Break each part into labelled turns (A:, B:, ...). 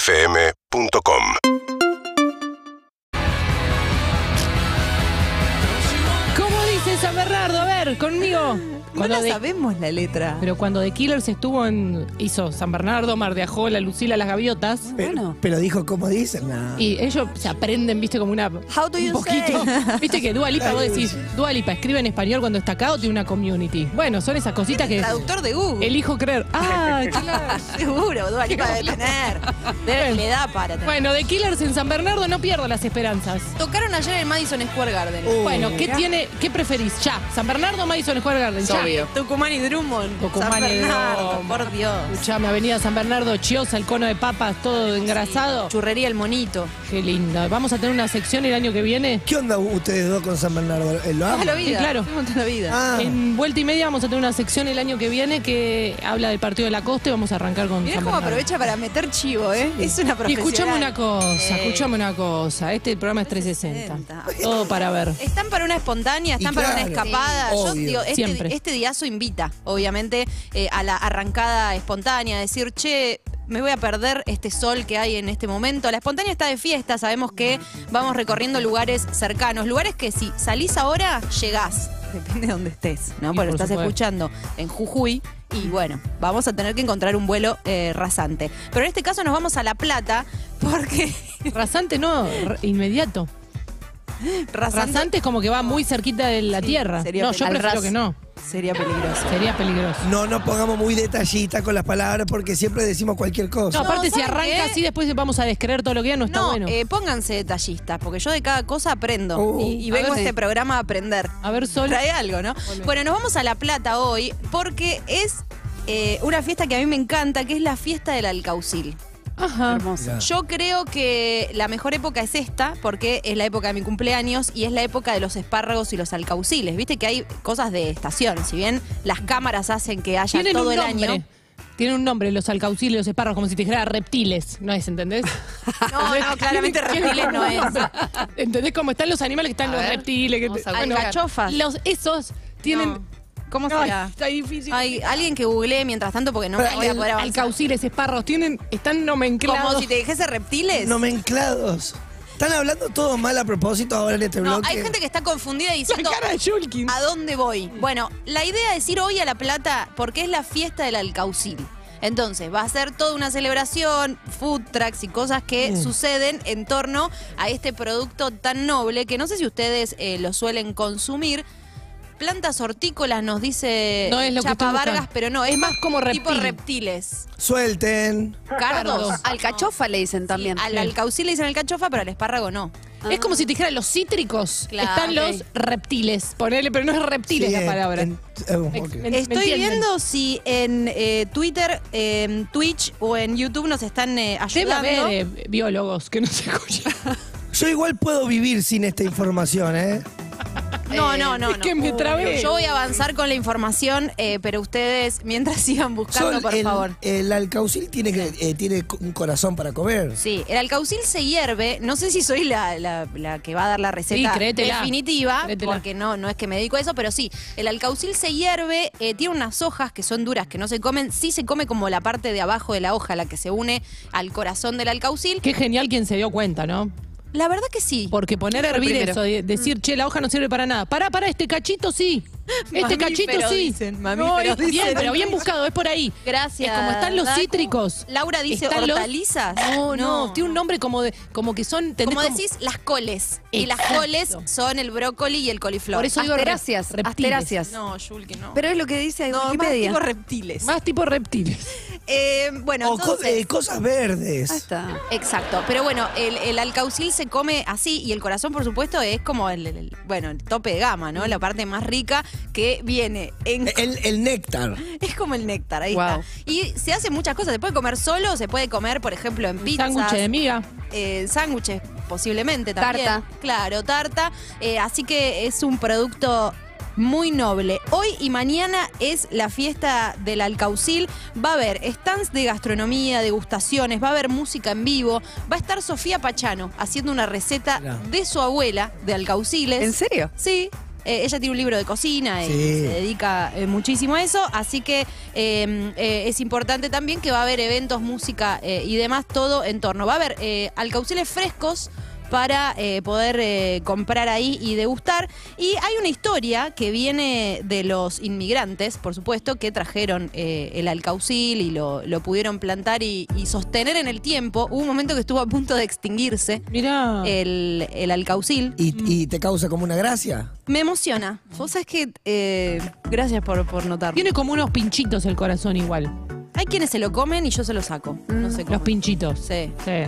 A: UrbanaPlayFM.com
B: ¿Cómo dice San Bernardo? A ver, conmigo.
C: No
B: Cuando
C: la
B: de-
C: sabemos la letra.
B: pero cuando The Killers estuvo en. hizo San Bernardo, Mar de Ajola, Lucila, las gaviotas.
D: Pero,
C: Bueno.
D: pero dijo, como dicen? Ah. No.
B: Y ellos se aprenden, viste, como una.
C: How do
B: un
C: you
B: poquito.
C: say?
B: Viste que Dua Lipa, vos decís, Dua Lipa escribe en español cuando está acá o tiene una community. Bueno, son esas cositas que.
C: Traductor de Google.
B: Elijo creer. Ah, claro.
C: Seguro, Dua Lipa debe tener. Debe, le da para tener.
B: Bueno, The Killers en San Bernardo no pierdo las esperanzas.
E: Tocaron ayer en Madison Square Garden.
B: bueno, ¿qué tiene, qué preferís? Ya, San Bernardo o Madison Square Garden. Ya.
C: Tucumán y Drummond.
B: Tucumán y
C: San Bernardo,
B: Drummond.
C: por Dios.
B: Escuchame, Avenida San Bernardo, Chiosa, el cono de papas, todo engrasado.
E: Churrería El Monito.
B: Qué lindo. Vamos a tener una sección el año que viene.
D: ¿Qué onda ustedes dos con San Bernardo? Eh, ¿Lo
C: Toda
D: aman?
C: la vida.
B: Ah, Sí, claro.
C: Fuimos toda la vida.
D: Ah,
B: En vuelta y media vamos a tener una sección el año que viene que habla del partido de la costa y vamos a arrancar con.
C: Mirá
B: San
C: cómo
B: Bernardo.
C: aprovecha para meter chivo, ¿eh? Es una
B: Y
C: profesional.
B: escuchame una cosa,
C: Eh,
B: escuchame una cosa. Este programa es 360.
C: 360.
B: Todo para ver.
E: Están para una espontánea, están
D: Y
E: para
D: claro.
E: una escapada.
D: Sí.
E: Yo
D: Obvio.
E: digo,
B: Siempre.
E: este, este diazo invita, obviamente, eh, a la arrancada espontánea, a decir, che, me voy a perder este sol que hay en este momento. La espontánea está de fiesta, sabemos que vamos recorriendo lugares cercanos, lugares que si salís ahora, llegás. Depende de dónde estés, ¿no?
B: Y
E: Pero
B: por
E: estás
B: supuesto.
E: escuchando en Jujuy. Y bueno, vamos a tener que encontrar un vuelo eh, rasante. Pero en este caso nos vamos a La Plata porque
B: Rasante no, r- inmediato.
E: rasante,
B: Rasante es como que va muy cerquita de la
C: Sí,
B: tierra.
C: sería
B: No, yo
C: al
B: prefiero
C: ras.
B: que no.
C: Sería peligroso.
B: Sería peligroso.
D: no nos pongamos muy detallistas con las palabras porque siempre decimos cualquier
B: No,
D: cosa.
B: aparte si
E: ¿saben
B: arranca
E: qué?
B: así después vamos a descreer todo lo que ya no está
E: no,
B: bueno. Uh,
E: eh, pónganse detallistas, porque yo de cada cosa aprendo.
D: Oh.
E: y, y
B: A
E: vengo
B: ver,
E: a
B: sí.
E: este programa a aprender.
B: A ver, Sol.
E: Trae algo, ¿no? Bueno, nos vamos a La Plata hoy porque es eh, una fiesta que a mí me encanta, que es la fiesta del alcaucil.
B: Ajá.
C: Hermoso.
E: Yo creo que la mejor época es esta, porque es la época de mi cumpleaños y es la época de los espárragos y los alcauciles. Viste que hay cosas de estación, si bien las cámaras hacen que haya
B: Tienen
E: todo
B: un
E: el
B: nombre.
E: año.
B: Tienen un nombre, los alcauciles, los espárragos, como si te dijera reptiles. No es, ¿entendés?
E: No, no, claramente
B: Tienen-
E: reptiles no es.
B: ¿Entendés cómo están los animales que están
E: A
B: los
E: ver,
B: reptiles? Que
E: vamos a
B: bueno,
E: buscar. Alcachofas.
B: Los, esos tienen.
E: No. ¿Cómo
B: Ay,
E: será?
B: está difícil.
E: Hay alguien que googlee mientras tanto porque no me voy a poder avanzar.
B: alcauciles, espárragos, tienen, están nomenclados.
E: Como si te dijese reptiles.
D: Nomenclados. Están hablando todos mal a propósito ahora en este
E: No,
D: bloque.
E: hay gente que está confundida
B: La
E: diciendo
B: cara de Shulkin.
E: ¿a dónde voy? Bueno, la idea es ir hoy a La Plata porque es la fiesta del alcaucil. Entonces, va a ser toda una celebración, food trucks y cosas que
B: Mm.
E: suceden en torno a este producto tan noble que no sé si ustedes eh, lo suelen consumir. Plantas hortícolas nos dice
B: No es lo que
E: Chapa
B: estoy buscando.
E: Vargas, pero no, es,
B: Es más como
E: tipo
B: reptil.
E: reptiles.
D: Suelten.
E: Cardos,
B: Cardos.
E: alcachofa le dicen
C: también.
E: al alcaucil le dicen alcachofa, pero al espárrago no.
B: Es como si te dijera los cítricos.
E: Claro,
B: están
E: ok.
B: los reptiles. Ponele, pero no es reptiles
D: Sí,
B: la palabra.
D: en- eh, ok.
B: Me- me- me
E: Estoy
B: entienden.
E: viendo si en eh, Twitter, en Twitch o en YouTube nos están eh,
B: Debe
E: ayudando.
B: haber eh, biólogos que no se escuchan.
D: Yo igual puedo vivir sin esta información, ¿eh?
E: No, no, no.
B: es que
E: no.
B: me trabé.
E: Yo voy a avanzar con la información, eh, pero ustedes mientras sigan buscando,
D: Sol,
E: por
D: el,
E: favor.
D: El alcaucil tiene, que, eh, tiene co- un corazón para comer.
E: Sí, el alcaucil se hierve. No sé si soy la, la- la que va a dar la receta
B: Sí, créetela.
E: definitiva,
B: Créetela.
E: porque no, no es que me dedico a eso, pero sí, el alcaucil se hierve, eh, tiene unas hojas que son duras, que no se comen. Sí se come como la parte de abajo de la hoja, la que se une al corazón del alcaucil.
B: Qué genial quien se dio cuenta, ¿no?
E: La verdad que sí.
B: Porque poner a hervir
C: primero.
B: eso, de-
E: Mm.
B: decir, che, la hoja no sirve para nada. Pará, pará, este cachito sí. Este
C: Mamíferos
B: cachito sí.
C: dicen,
B: no,
C: mamíferos
B: bien,
C: dicen.
B: pero bien buscado, es por ahí.
E: Gracias.
B: Es como están los
E: Dacu.
B: cítricos.
E: Laura dice
B: Están los-
E: hortalizas.
B: No, no, tiene un nombre como de, como que son, ¿entendés?
E: Como decís, las coles. Y las
B: Exacto.
E: coles son el brócoli y el coliflor.
B: Por eso digo rep-
C: Asteráceas,
B: reptiles.
C: asteráceas.
E: No, Jul, que no.
C: Pero es lo que dice
E: no, más
C: Wikipedia.
E: tipo reptiles.
B: Más tipo reptiles.
E: Eh, bueno,
D: o co-
E: entonces- Ah,
D: eh, cosas verdes.
C: Ahí está.
E: Exacto, pero bueno, el, el alcaucil se come así y el corazón, por supuesto, es como el, el- el- bueno, el tope de gama, ¿no? La parte más rica que viene en
B: Eh,
D: El, el néctar.
E: Es como el néctar, ahí
C: Guau.
E: está. Y se hace muchas cosas. Se puede comer solo, se puede comer, por ejemplo, en pizzas.
B: Sándwich de miga.
E: eh, sándwiches, posiblemente también.
C: Tarta.
E: Claro, tarta. Eh, así que es un producto muy noble. Hoy y mañana es la fiesta del Alcaucil. Va a haber stands de gastronomía, degustaciones, va a haber música en vivo. Va a estar Sofía Pachano haciendo una receta
D: Mirá.
E: de su abuela de Alcauciles.
C: ¿En serio?
E: Sí, eh, ella tiene un libro de cocina y
D: Sí.
E: se dedica eh, muchísimo a eso, así que eh, eh, es importante también que va a haber eventos, música eh, y demás, todo en torno. Va a haber eh, alcauciles frescos para eh, poder eh, comprar ahí y degustar. Y hay una historia que viene de los inmigrantes, por supuesto, que trajeron eh, el alcaucil y lo, lo pudieron plantar y, y sostener en el tiempo. Hubo un momento que estuvo a punto de extinguirse
B: Mirá.
E: el, el alcaucil.
D: ¿Y, y te causa como una gracia?
E: Me emociona. Vos sabés que. eh, gracias por, por notarlo.
B: Tiene como unos pinchitos el corazón igual.
E: Hay quienes se lo comen y yo se lo saco. No sé cómo.
B: Los pinchitos.
E: Sí.
B: Sí.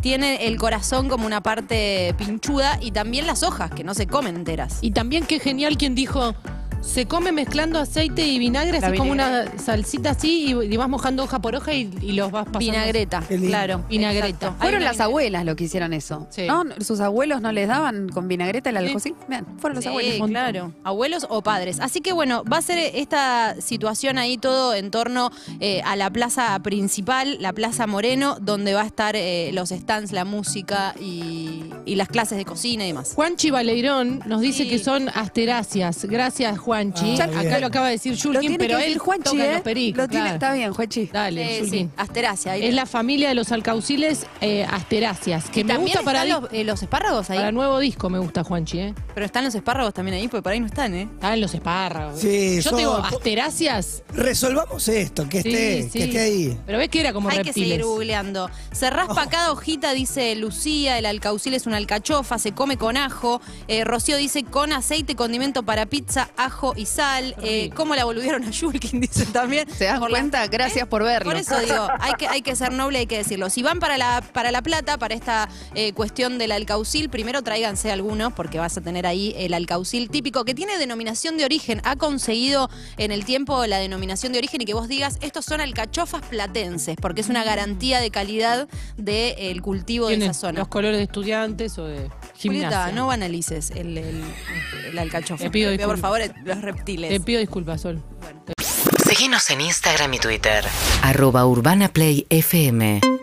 E: Tiene el corazón como una parte pinchuda y también las hojas, que no se comen enteras.
B: Y también qué genial quien dijo, se come mezclando aceite y vinagre,
C: La
B: así como una salsita así y, y vas mojando hoja por hoja y, y los vas pasando.
E: Vinagreta,
D: Qué lindo.
E: claro.
B: Vinagreta.
E: exacto. Hay
C: Fueron
E: una
C: las abuelas lo que hicieron eso.
B: Sí.
C: ¿No? Sus abuelos no les daban con vinagreta el alcocil. Vean, fueron los
E: Sí,
C: abuelos.
E: claro. Abuelos o padres. Así que bueno, va a ser esta situación ahí todo en torno eh, a la plaza principal, la plaza Moreno, donde va a estar eh, los stands, la música y, y las clases de cocina y demás.
B: Juanchi Valeirón nos dice
E: Sí.
B: que son asteráceas. Gracias, Juanchi.
D: Ah,
B: Acá
D: bien.
B: lo acaba de decir
C: Lo
B: Yulkin,
C: tiene
B: pero
C: que
B: él
C: decir Juanchi,
B: toca
C: ¿eh?
B: los pericos.
C: Lo tiene,
B: claro.
C: está bien, Juanchi.
B: Dale,
E: Eh, sí,
B: Yulkin.
E: Asteracia. ahí
B: Es
E: lo-
B: la familia de los alcauciles eh, asteráceas, que me
E: También
B: gusta para,
E: están
B: di-
E: los, eh, los espárragos ahí.
B: para nuevo disco, me gusta Juanchi, ¿eh?
E: Pero están los espárragos también ahí, porque por ahí no están, ¿eh?
B: Estaban los espárragos.
D: Sí,
B: Yo
D: son-
B: tengo asteráceas.
D: Resolvamos esto, que
B: Sí,
D: esté,
B: sí.
D: que esté ahí.
B: Pero ves que era como
E: Hay
B: reptiles. Oh.
E: que seguir googleando. Se raspa cada hojita, dice Lucía, el alcaucil es una alcachofa, se come con ajo. Eh, Rocío dice con aceite, condimento para pizza, ajo y sal. Eh,
B: rico.
E: ¿Cómo la volvieron a Yulkin? Dice también.
C: ¿Se dan
E: Por la-
C: cuenta? Gracias por
E: por
C: verlo.
E: eso digo, hay que, hay que ser noble, hay que decirlo. Si van para la, para la plata, para esta eh, cuestión del alcaucil, primero tráiganse algunos, porque vas a tener ahí el alcaucil típico, que tiene denominación de origen. Ha conseguido en el tiempo la denominación de origen y que vos digas, estos son alcachofas platenses, porque es una garantía de calidad del cultivo de
B: Tienen
E: esa zona.
B: Los colores de estudiantes o de
E: Julieta,
B: gimnasia.
E: no banalices el, el, el alcachofa.
B: Te pido
E: por
B: disculpas.
E: favor, los
B: Te
E: reptiles.
B: pido disculpas, Sol.
F: Seguinos en Instagram y Twitter. Arroba Urbana Play FM.